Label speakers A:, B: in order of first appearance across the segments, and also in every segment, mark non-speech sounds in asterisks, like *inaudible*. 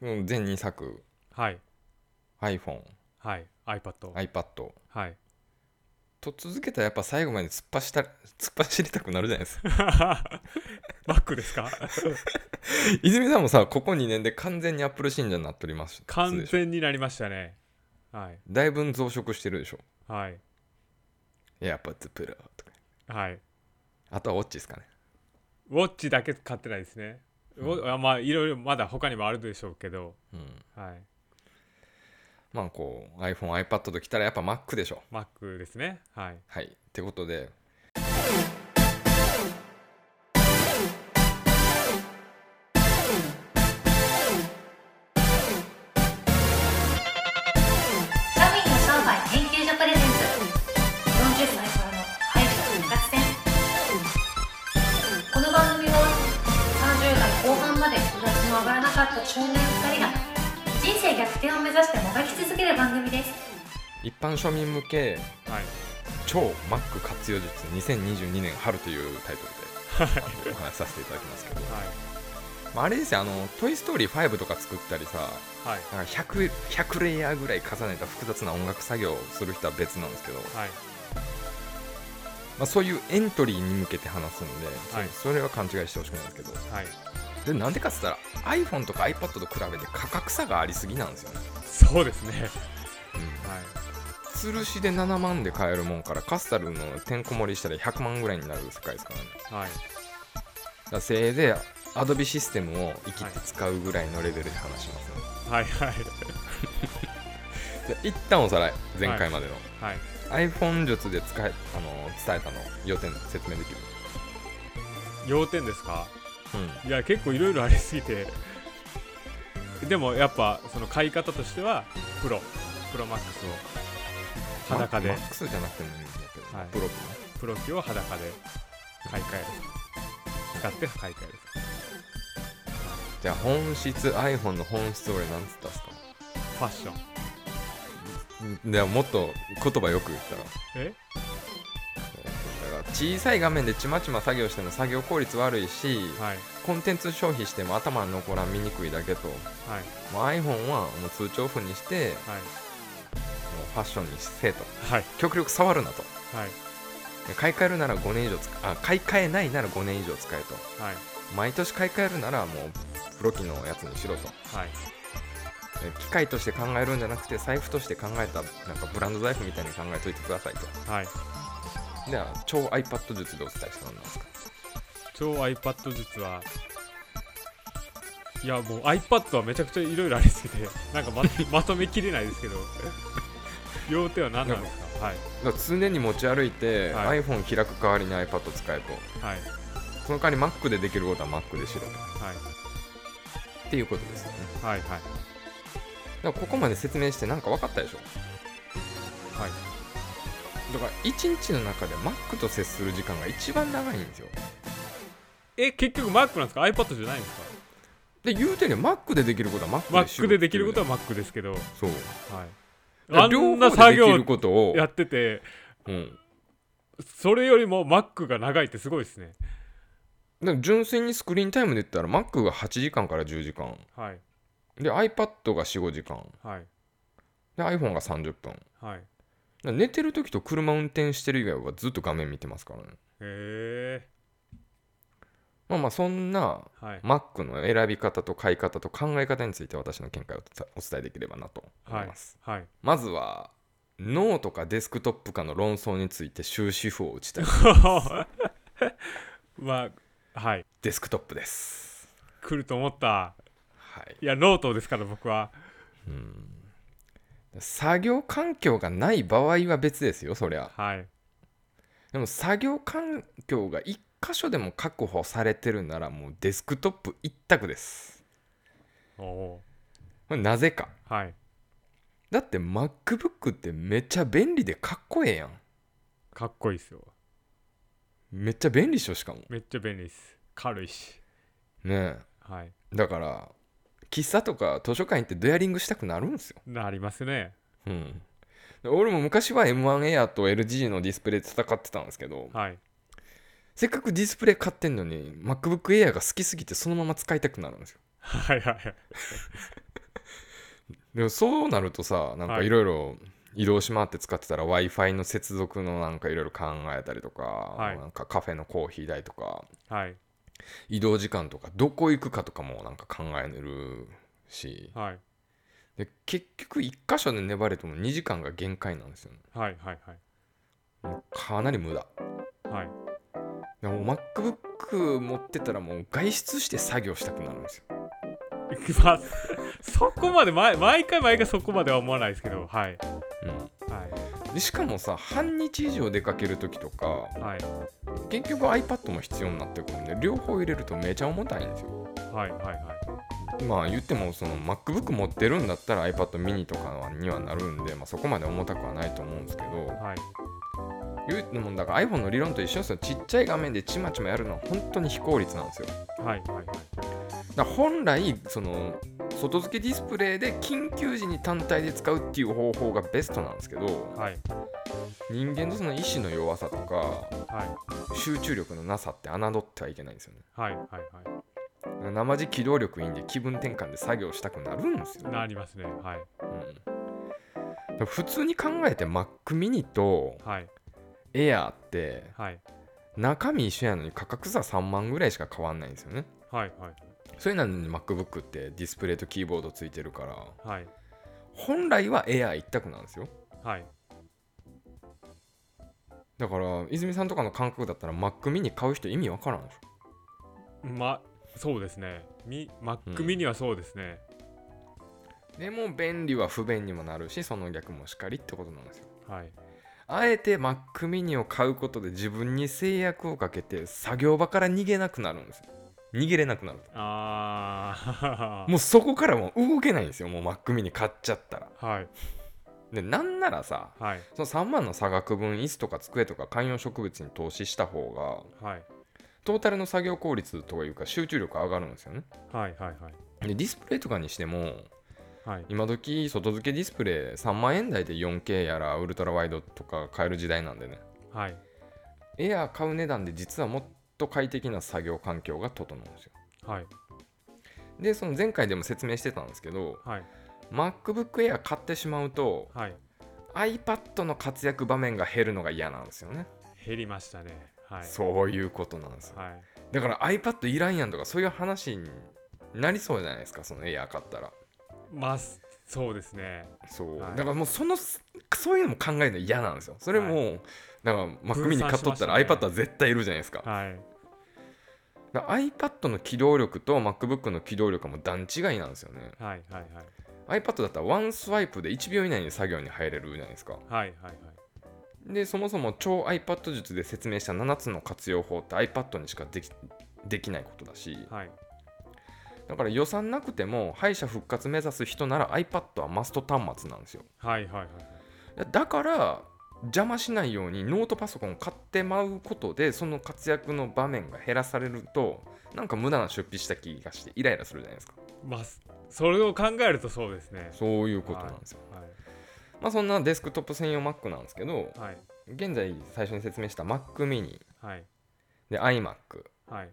A: うん全2作
B: はい
A: iPhone、
B: はい iPad はい、 *laughs*
A: iPad と続けたらやっぱ最後まで突っ走った突っ走りたくなるじゃないです
B: *laughs*
A: か
B: Mac ですか
A: 泉さんもさここ2年で完全に Apple 信者になっております
B: 完
A: でしょ
B: 全になりましたねはい
A: だいぶ増殖してるでしょ
B: はい
A: やっぱズプロとか
B: はい
A: あとはウォッチですかね
B: ウォッチだけ買ってないですね、ウォあまあいろいろまだ他にもあるでしょうけど
A: うん
B: はい
A: まあこう iPhoneiPad ときたらやっぱ Mac でしょ
B: Mac ですねはい
A: はいってことで
C: サミーの商売研究所プレゼンツ40歳からの敗者復活戦この番組は30代後半まで育ちの上がらなかった中年2人が人生逆転を目指してもがき続ける番組です
A: 一般庶民向け
B: はい
A: 超 Mac 活用術2022年春というタイトルでお話しさせていただきますけど、
B: はい
A: まあ、あれですよあの「トイ・ストーリー5」とか作ったりさ
B: はい
A: なんか 100, 100レイヤーぐらい重ねた複雑な音楽作業をする人は別なんですけど、ま
B: はい
A: あ、そういうエントリーに向けて話すんで、そ
B: はい
A: それは勘違いしてほしくないんですけど
B: はい
A: でなんでかっつったら iPhone とか iPad と比べて価格差がありすぎなんですよね、
B: そうですね
A: うん
B: はい
A: 吊るしで7万で買えるもんからカスタルのてんこ盛りしたら100万ぐらいになる世界ですからね
B: はい
A: だからせいぜい Adobe システムを生きて使うぐらいのレベルで話しますね、
B: はいはい
A: で一旦おさらい前回までの、
B: はい
A: iPhone 術で使えあの伝えたの要点説明できる、
B: 要点ですか
A: うん、
B: いや結構いろいろありすぎてでもやっぱその買い方としてはプロプロマックスを裸で
A: ママックスじゃなくてもいいんだけど、
B: はい
A: プロピ
B: プロ機を裸で買い替える使って買い替える
A: じゃあ本質 iPhone の本質俺なんつったっすか
B: ファッション
A: んでももっと言葉よく言ったら
B: え
A: えーだから小さい画面でちまちま作業しても作業効率悪いし、
B: はい
A: コンテンツ消費しても頭に残らん見にくいだけとも
B: はいう
A: iPhone はもう通知オフにして
B: はい
A: もうファッションにせえと
B: はい
A: 極力触るなと
B: はい
A: で買い替えるなら5年以上つあ買い替えないなら5年以上使えと
B: はい
A: 毎年買い替えるならもうプロ機のやつにしろと
B: はい
A: で機械として考えるんじゃなくて財布として考えたなんかブランド財布みたいに考えといてくださいと
B: はい
A: では超 iPad 術でお伝えしたんですか
B: 超 iPad 術はいやもう iPad はめちゃくちゃいろいろありすぎてなん
A: *laughs*
B: かままとめきれないですけど要点は何なんですかはい
A: だから常に持ち歩いて、
B: はい
A: iPhone 開く代わりに iPad 使えと
B: はい
A: その代わり Mac でできることは Mac でしろと
B: はい
A: っていうことですよね
B: はいはい
A: だからここまで説明してなんか分かったでしょ
B: はい
A: だから1日の中で Mac と接する時間が一番長いんですよ
B: え結局 Mac なんですか iPad じゃないんですか
A: で言うてるよ Mac でできることは Mac でしろ
B: Mac でできること
A: は
B: は Mac ですけど、はい、
A: そう
B: あんな作
A: 両方でできる
B: 業
A: ことを
B: やってて
A: うん
B: それよりも Mac が長いってすごいですね
A: だから純粋にスクリーンタイムで言ったら Mac が8時間から10時間
B: はい
A: で iPad が45時間
B: はい
A: で iPhone が30分だか
B: はい
A: ら寝てる時と車運転してる以外はずっと画面見てますからね
B: へえ
A: まあまあそんな
B: はい
A: Mac の選び方と買い方と考え方について私の見解をお伝えできればなと思
B: はいい
A: ます、
B: はい *laughs*
A: まずはノートかデスクトップかの論争について終止符を打ち
B: *laughs*
A: たい
B: まあはい
A: デスクトップです
B: 来ると思った
A: はい、
B: いやノートですから僕は
A: うん、作業環境がない場合は別ですよそりゃ
B: はい
A: でも作業環境が一箇所でも確保されてるならもうデスクトップ一択です
B: おお
A: これなぜか
B: ーはい
A: だって MacBook ってめっちゃ便利でかっこええやん
B: かっこいいっすよ
A: めっちゃ便利っしょしかも
B: めっちゃ便利っす軽いし
A: ね
B: はい
A: えだから喫茶とか図書館行ってデアリングしたくなるんですよ、
B: なりますね
A: うん、で俺も昔は M1Air と LG のディスプレイ戦ってたんですけど
B: はい
A: せっかくディスプレイ買ってんのに MacBook Air が好きすぎてそのまま使いたくなるんですよ
B: はいはいはい
A: でもそうなるとさなんか
B: はい
A: いろいろ移動しまって使ってたら w i f i の接続のなんかいろいろ考えたりとか,、
B: い
A: なんかカフェのコーヒー代とか
B: はい
A: 移動時間とかどこ行くかとかもなんか考えるし
B: はい
A: で結局1箇所で粘れても2時間が限界なんですよね
B: はいはいはい
A: もうかなり無駄
B: はい *laughs*
A: でも MacBook 持ってたらもう外出して作業したくなるんですよ
B: 行きますそこまで毎毎回毎回そこまでは思わないですけどはいはい
A: でしかもさ半日以上出かける時とか
B: はい
A: 結局 iPad も必要になってくるんで両方入れるとめちゃ重たいんですよ
B: はいはいはい
A: まあ言ってもその MacBook 持ってるんだったら iPad mini とかにはなるんで、まあ、そこまで重たくはないと思うんですけど
B: はい
A: 言うてもだから iPhone の理論と一緒ですよちっちゃい画面でちまちまやるのは本当に非効率なんですよ
B: はいはい
A: だから本来その外付けディスプレイで緊急時に単体で使うっていう方法がベストなんですけど
B: はい
A: 人間のその意志の弱さとか
B: はい
A: 集中力のなさって侮ってはいけないんですよね
B: はいはいは
A: だから生地機動力いいんで気分転換で作業したくなるんですよ
B: いなりますねはい
A: うん、普通に考えて Mac mini と
B: はい
A: Air って
B: はい
A: 中身一緒やのに価格差3万ぐらいしか変わんないんですよね
B: はいはい
A: それなのに MacBook ってディスプレイとキーボードついてるから
B: はい
A: 本来は Air 一択なんですよ
B: はい
A: だから泉さんとかの感覚だったら Mac mini 買う人意味わからんでしょ
B: まそうですねみ Mac
A: うん
B: mini はそうですね、
A: でも便利は不便にもなるしその逆もしかりってことなんですよ
B: はい
A: あえて Mac mini を買うことで自分に制約をかけて作業場から逃げなくなるんですよ逃げれなくなる
B: あー
A: もうそこからもう動けないんですよ、もう Mac mini 買っちゃったら。
B: はい
A: で、なんならさ、
B: はい
A: その3万の差額分、椅子とか机とか観葉植物に投資した方が、
B: はい
A: トータルの作業効率というか、集中力上がるんですよね。
B: はいはいはい
A: で、ディスプレイとかにしても、
B: はい
A: 今時外付けディスプレイ3万円台で 4K やら、ウルトラワイドとか買える時代なんでね、
B: はい
A: エアー買う値段で実はもっと快適な作業環境が整うんですよ。
B: はい
A: で、その前回でも説明してたんですけど、
B: はい
A: MacBook Air 買ってしまうと、
B: はい
A: iPad の活躍場面が減るのが嫌なんですよね、
B: 減りましたねはい
A: そういうことなんですよ
B: はい
A: だから iPad いらんやんとかそういう話になりそうじゃないですかそのエアー買ったら
B: まあすそうですね
A: そう、
B: はい
A: だからもうそのそういうのも考えるの嫌なんですよそれも、
B: は
A: だから Mac ミニ買っとったら
B: 分散しましたね
A: iPad は絶対いるじゃないですか,、
B: はい
A: か iPad の機動力と MacBook の機動力はもう段違いなんですよね
B: はいはいはい
A: iPad だったらワンスワイプで1秒以内に作業に入れるじゃないですか
B: はいはいはい
A: でそもそも超 iPad 術で説明した7つの活用法って iPad にしかできできないことだし
B: はい
A: だから予算なくても敗者復活目指す人なら iPad はマスト端末なんですよ
B: はいはいはい
A: だから邪魔しないようにノートパソコンを買ってまうことでその活躍の場面が減らされるとなんか無駄な出費した気がしてイライラするじゃないですか
B: まあすそれを考えるとそうですね
A: そういうことなんですよ、
B: はい
A: まあそんなデスクトップ専用 Mac なんですけど
B: はい
A: 現在最初に説明した Mac mini
B: はい
A: で iMac
B: はい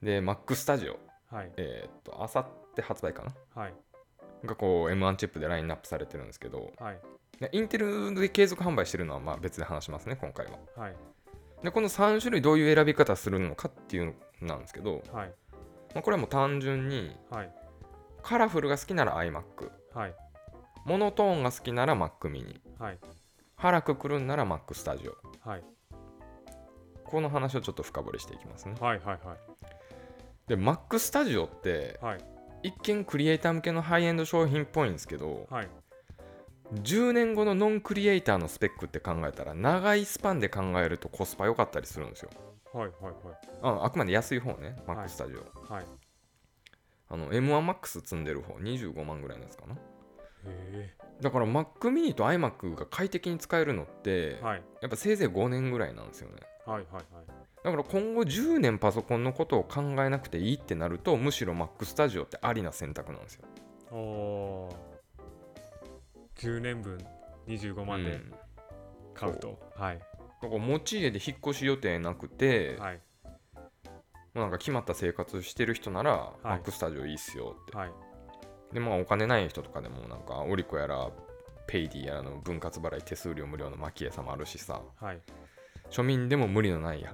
A: で Mac Studio
B: はい
A: えーっと、あさって発売かな
B: はい
A: がこう M1 チップでラインナップされてるんですけど、
B: はい
A: でインテルで継続販売してるのはまあ別で話しますね、今回は。
B: はい
A: で、この3種類どういう選び方するのかっていうのなんですけど、
B: はい
A: まあ、これはもう単純に、
B: はい
A: カラフルが好きなら iMac、
B: はい
A: モノトーンが好きなら Mac mini、
B: はい
A: 腹くくるんなら Mac Studio。
B: はい
A: この話をちょっと深掘りしていきますね。
B: はいはいはい
A: で、Mac Studio って、
B: はい
A: 一見クリエイター向けのハイエンド商品っぽいんですけど、
B: はい
A: 10年後のノンクリエイターのスペックって考えたら長いスパンで考えるとコスパ良かったりするんですよ
B: はいはい
A: ああくまで安い方ね
B: はい
A: Mac スタジオ、
B: はいはい
A: あの M1MAX 積んでる方25万ぐらいのやつかな
B: へ
A: だから Mac mini と iMac が快適に使えるのって、
B: えはい
A: やっぱせいぜい5年ぐらいなんですよね
B: はいはいはい
A: だから今後10年パソコンのことを考えなくていいってなるとむしろ Mac スタジオってありな選択なんですよ
B: おー10年分25万
A: う
B: で
A: んだ
B: 買うと、はい
A: から持ち家で引っ越し予定なくて、
B: はい
A: もうなんか決まった生活してる人なら、
B: はい
A: Mac スタジオいいっすよって
B: はい
A: でまあお金ない人とかでもなんかオリコやらペイディやらの分割払い手数料無料の蒔絵さもあるしさ
B: はい
A: 庶民でも無理のない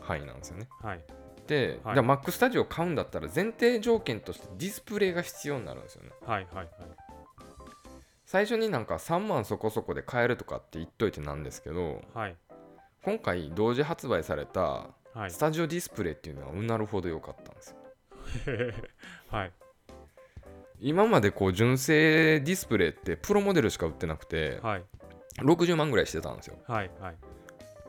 A: 範囲なんですよね
B: はい
A: で、
B: はい
A: じゃあ Mac スタジオ買うんだったら前提条件としてディスプレイが必要になるんですよね
B: はいはいはい
A: 最初になんか3万そこそこで買えるとかって言っといてなんですけど
B: はい
A: 今回同時発売された
B: はい
A: スタジオディスプレイっていうのはうなるほど良かったんですよ
B: はい
A: 今までこう純正ディスプレイってプロモデルしか売ってなくて
B: はい
A: 60万ぐらいしてたんですよ
B: はいはい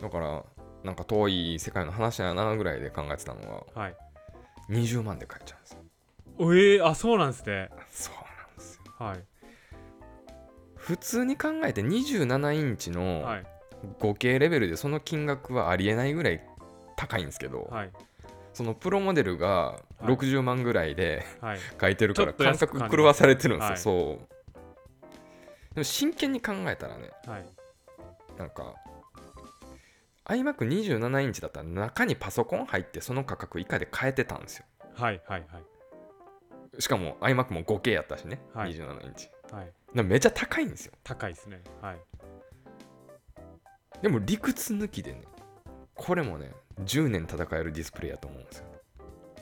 A: だからなんか遠い世界の話だなぐらいで考えてたのが
B: はい
A: 20万で買えちゃうんですよ
B: おえー、あそうなんですね
A: そうなんですよ
B: はい
A: 普通に考えて27インチの
B: はい
A: 5K レベルでその金額はありえないぐらい高いんですけど、
B: はい
A: そのプロモデルが60万ぐらいで
B: はい
A: 書いてるから
B: ちょっと
A: 感
B: 安く
A: 覚狂わされてるんですよ、
B: は
A: そ
B: い
A: うでも真剣に考えたらね
B: はい
A: なんか iMac27 インチだったら中にパソコン入ってその価格以下で買えてたんですよ
B: はいはいはい
A: しかも iMac も 5K やったしね、
B: はい
A: 27インチだか
B: はい
A: らめちゃ高いんですよ
B: 高いですねはい
A: でも理屈抜きでねこれもね10年戦えるディスプレイやと思うんですよ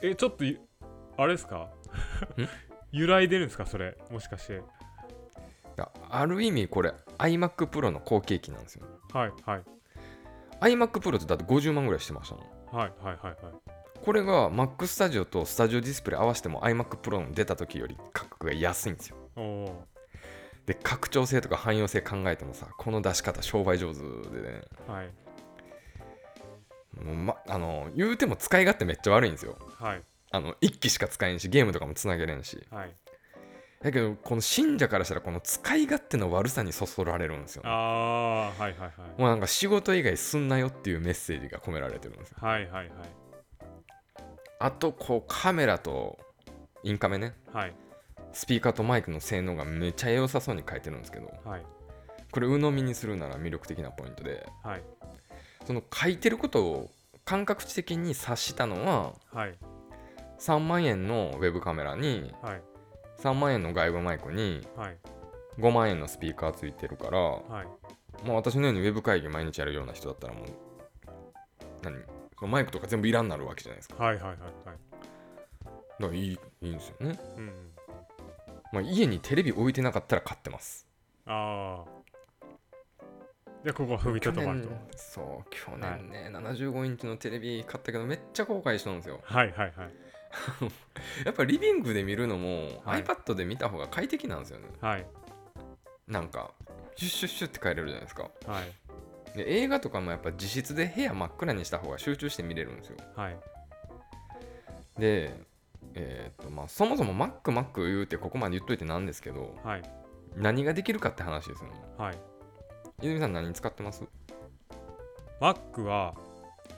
B: えちょっとゆあれですか *laughs* 揺らいでるんですかそれもしかして
A: だからある意味これ iMac Pro の後継機なんですよ
B: はいはい
A: iMac Pro ってだって50万ぐらいしてましたもん
B: はいはいはいはい
A: これが Mac スタジオとスタジオディスプレイ合わせても iMac Pro の出た時より価格が安いんですよ
B: おお
A: で拡張性とか汎用性考えてもさこの出し方商売上手でね
B: ーはい
A: もう、ま、あの言うても使い勝手めっちゃ悪いんですよ
B: はい
A: あの1機しか使えんしゲームとかもつなげれんし
B: はい
A: だけどこの信者からしたらこの使い勝手の悪さにそそられるんですよね、
B: ああーはいはいはい
A: もうなんか仕事以外すんなよっていうメッセージが込められてるんですよ
B: はいはい
A: あとこうカメラとインカメね
B: はいはい
A: スピーカーとマイクの性能がめちゃ良さそうに書いてるんですけど
B: はい
A: これ鵜呑みにするなら魅力的なポイントで
B: はい
A: その書いてることを感覚値的に察したのは
B: はい
A: 3万円のウェブカメラに
B: はい
A: 3万円の外部マイクに
B: はい
A: 5万円のスピーカーついてるからも
B: はい。
A: う私のようにウェブ会議毎日やるような人だったらもう何そのマイクとか全部いらんなるわけじゃないですか
B: はいはいはいはい。
A: だからいいいいんですよね、
B: うんうん。
A: まあ、家にテレビ置いてなかったら買ってます
B: ああ。で、ここは踏みとどまると
A: 去。年そう去年ね、75インチのテレビ買ったけどめっちゃ後悔したんですよ
B: はいはいはい。
A: やっぱリビングで見るのも、
B: はい
A: iPad で見た方が快適なんですよね
B: はい
A: なんかシュッシュッシュッって変えれるじゃないですか
B: はい
A: で映画とかもやっぱ自室で部屋真っ暗にした方が集中して見れるんですよ
B: はい
A: でえーっとまあそもそも MacMac 言うてここまで言っといてなんですけど
B: はい
A: 何ができるかって話ですよね
B: はい。
A: 泉さん何使ってます
B: Mac は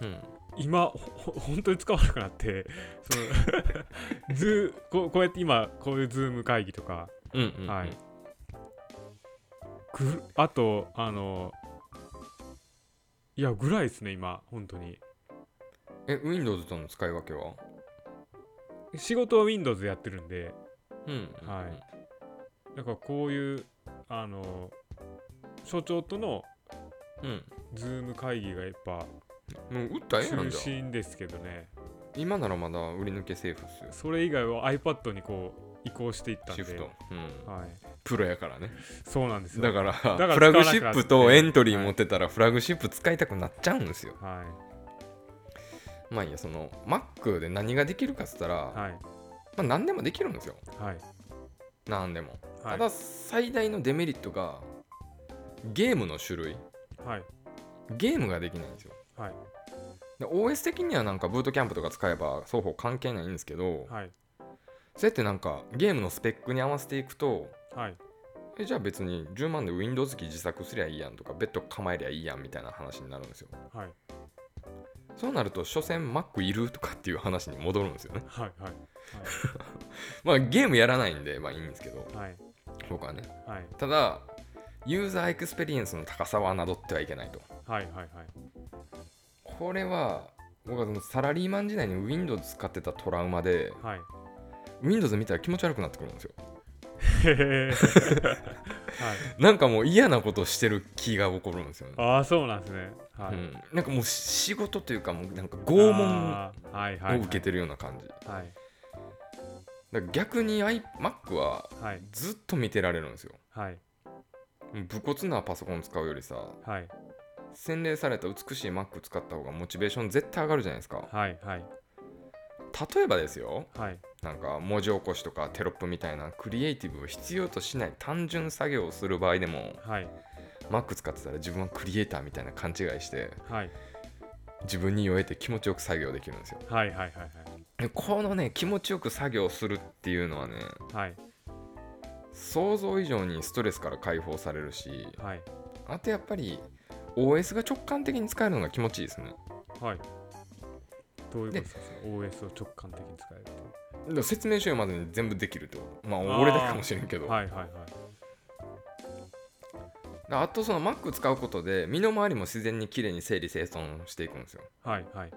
A: うん
B: 今ほほ本当に使わなくなって、その *laughs* ズーこうこうやって今こういうズーム会議とか、
A: うんうんうん
B: はい。ぐあとあのいやぐらいですね今本当に。
A: え Windows との使い分けは
B: 仕事は Windows でやってるんで。
A: うんうんうん
B: はいだからこういうあの所長との
A: うん
B: ズーム会議がやっぱ
A: もう打ったらええやん
B: 中
A: じゃあ
B: 心ですけどね
A: 今ならまだ売り抜けセーフっすよ
B: それ以外は iPad にこう移行していったん
A: シ
B: で
A: フト、うん、
B: はい、
A: プロやからね
B: そうなんですよ
A: だから
B: ら
A: フラグシップとエントリー
B: はい
A: 持ってたらフラグシップ使いたくなっちゃうんですよ。
B: は
A: まあいいやその Mac で何ができるかっつったら、
B: いはい
A: まあ、何でもできるんですよ
B: はい
A: 何でも。
B: は
A: た
B: い
A: だ最大のデメリットがゲームの種類
B: はい
A: ゲームができないんですよ。
B: はい
A: で OS 的にはなんかブートキャンプとか使えば双方関係ないんですけど、
B: はい
A: そうやってなんかゲームのスペックに合わせていくと
B: はい
A: えじゃあ別に10万で Windows 機自作すりゃいいやんとかベッド構えりゃいいやんみたいな話になるんですよ。
B: はい
A: そうなると、所詮 Mac いるとかっていう話に戻るんですよね。
B: はいはい
A: まあ、ゲームやらないんで、まあいいんですけど、
B: はい
A: 僕はね。
B: はい
A: ただ、ユーザーエクスペリエンスの高さは侮ってはいけないと。
B: はいはいはい
A: これは、僕はそのサラリーマン時代に Windows 使ってたトラウマで、
B: はい
A: Windows 見たら気持ち悪くなってくるんですよ。
B: へーはい、
A: なんかもう嫌なことしてる気が起こるんですよね、
B: *laughs* ああそうなんですね、は
A: う
B: い
A: ん、なんかもう仕事というかもうなんか拷問
B: あーはいはいは
A: を
B: い
A: 受けてるような感じ、
B: はい
A: だから逆に iMac は
B: はい
A: ずっと見てられるんですよ
B: はい
A: 武骨なパソコン使うよりさ
B: はい
A: 洗練された美しい Mac 使った方がモチベーション絶対上がるじゃないですか
B: はいはい
A: 例えばですよ
B: はい
A: なんか文字起こしとかテロップみたいなクリエイティブを必要としない単純作業をする場合でも
B: はい
A: Mac 使ってたら自分はクリエイターみたいな勘違いして
B: はい
A: 自分に酔えて気持ちよく作業できるんですよ
B: はいはいはいはい
A: でこのね気持ちよく作業するっていうのはね
B: はい
A: 想像以上にストレスから解放されるし
B: はい
A: あとやっぱり OS が直感的に使えるのが気持ちいいですね
B: はいどういうこと
A: で
B: ですかその OS を直感的に使えるっ
A: だから説明書読まずに全部できるってことまあ
B: ー
A: 俺だけかもしれんけ
B: て
A: ど
B: はいはいはい
A: あとその Mac 使うことで身の回りも自然に綺麗に整理整頓していくんですよ
B: はいはい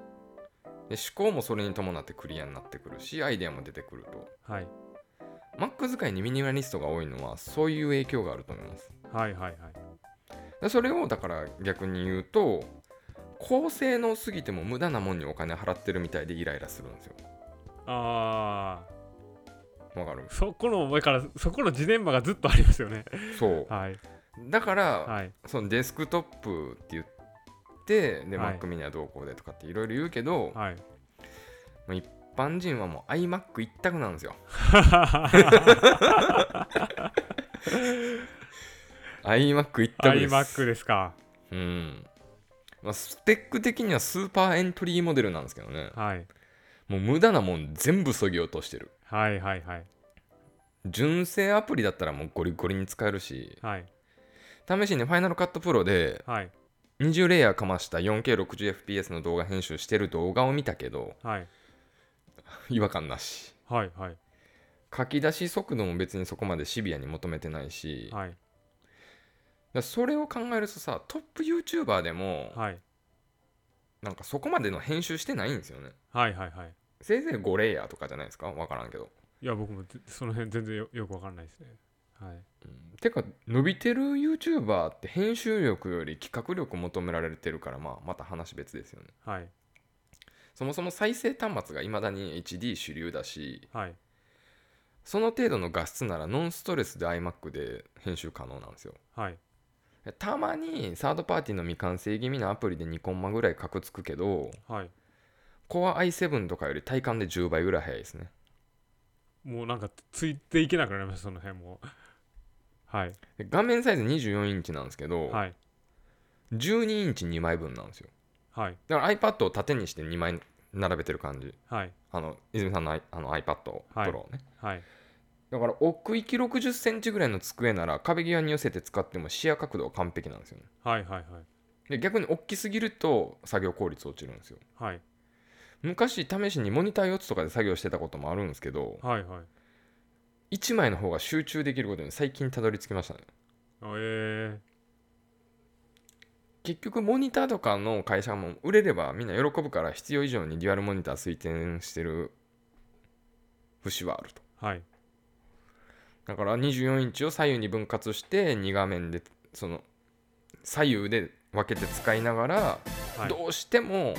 A: で思考もそれに伴ってクリアになってくるしアイデアも出てくると
B: はい
A: Mac 使いにミニマリストが多いのはそういう影響があると思います
B: はいはいはい
A: でそれをだから逆に言うと高性能すぎても無駄なもんにお金払ってるみたいでイライラするんですよ
B: ああ
A: わかる
B: そこの前からそこのジレンマがずっとありますよね *laughs*
A: そう
B: はい
A: だから、
B: はい
A: そのデスクトップって言ってで、
B: はい
A: Mac mini はどうこうでとかっていろいろ言うけど、
B: はい
A: もう一般人はもう iMac 一択なんです
B: *laughs*
A: よ iMac 一択です
B: iMac ですか
A: うんまあ、スペック的にはスーパーエントリーモデルなんですけどね
B: はい
A: もう無駄なもん全部そぎ落としてる
B: はいはいはい
A: 純正アプリだったらもうゴリゴリに使えるし
B: はい
A: 試しにファイナルカットプロで
B: はい
A: 20レイヤーかました 4K60fps の動画編集してる動画を見たけど
B: はい
A: 違和感なし
B: はいはい
A: 書き出し速度も別にそこまでシビアに求めてないし、だか
B: はい
A: らそれを考えるとさトップ YouTuber でも、
B: はい
A: なんかそこまでの編集してないんですよね
B: はいはいはい
A: せいぜい5レイヤーとかじゃないですかわからんけど、
B: いや僕もぜその辺全然よよくわかんないですねはい
A: うんてか伸びてる YouTuber って編集力より企画力求められてるから、まあ、また話別ですよね
B: はい
A: そもそも再生端末がいまだに HD 主流だし
B: はい
A: その程度の画質ならノンストレスで iMac で編集可能なんですよ
B: はい
A: たまにサードパーティーの未完成気味なアプリで2コンマぐらいカクつくけど
B: はい
A: Core i7 とかより体感で10倍ぐらい速いですね
B: もうなんかついていけなくなりましたその辺もはい
A: で画面サイズ24インチなんですけど、
B: はい
A: 12インチ2枚分なんですよ
B: はい
A: だから iPad を縦にして2枚並べてる感じ
B: はい
A: あの泉さんの i- あの iPad を
B: はい
A: Pro をね、
B: はい
A: だから奥行き60センチぐらいの机なら壁際に寄せて使っても視野角度は完璧なんですよね
B: はいはい
A: で逆に大きすぎると作業効率落ちるんですよ
B: はいはい
A: 昔試しにモニター4つとかで作業してたこともあるんですけど
B: はいはい
A: 1枚の方が集中できることに最近たどり着きましたね
B: え
A: 結局モニターとかの会社も売れればみんな喜ぶから必要以上にデュアルモニター推薦してる節はあると
B: ー、はい
A: だから24インチを左右に分割して2画面でその左右で分けて使いながら
B: はい
A: どうしても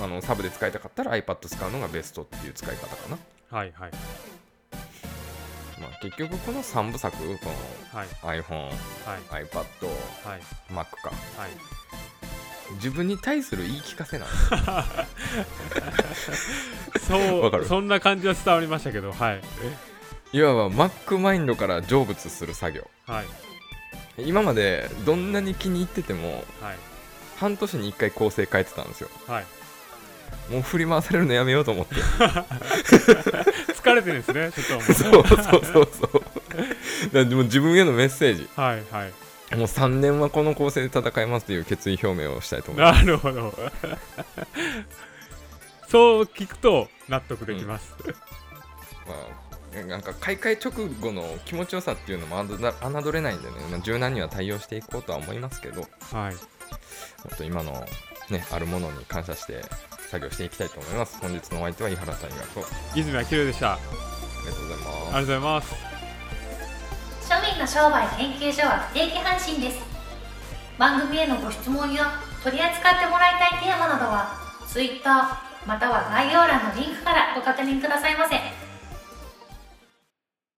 A: あのサブで使いたかったら iPad 使うのがベストっていう使い方かな、
B: はいはい
A: まあ、結局この3部作この
B: はい
A: iPhone、
B: はい
A: iPad、
B: はい
A: Mac か *laughs*
B: はい
A: 自分に対する言い聞かせなんですわか
B: そう
A: る
B: そんな感じは伝わりましたけどはい
A: いわば Mac マインドから成仏する作業
B: はい
A: 今までどんなに気に入ってても
B: はい
A: 半年に1回構成変えてたんですよ
B: はい
A: もう振り回されるのやめようと思って
B: 疲れてるんです
A: *laughs*
B: ねちょっとも
A: そうそうそうそうだでもう自分へのメッセージ
B: うはいはい
A: もう3年はこの構成で戦いますという決意表明をしたいと思います
B: なる
A: *laughs*
B: ほどそう聞くと納得できます、
A: まあ、なんか開会直後の気持ちよさっていうのもあどな侮れないんでね、まあ、柔軟には対応していこうとは思いますけども
B: はい
A: っと今の、ね、あるものに感謝して作業していきたいと思います本日のお相手は井原大我とあ
B: 泉は綺麗でしたあ
A: りがとうございます
B: りがとうございます
C: 人の商売研究所は不定期配信です番組へのご質問や取り扱ってもらいたいテーマなどは Twitter または概要欄のリンクからご確認くださいませ。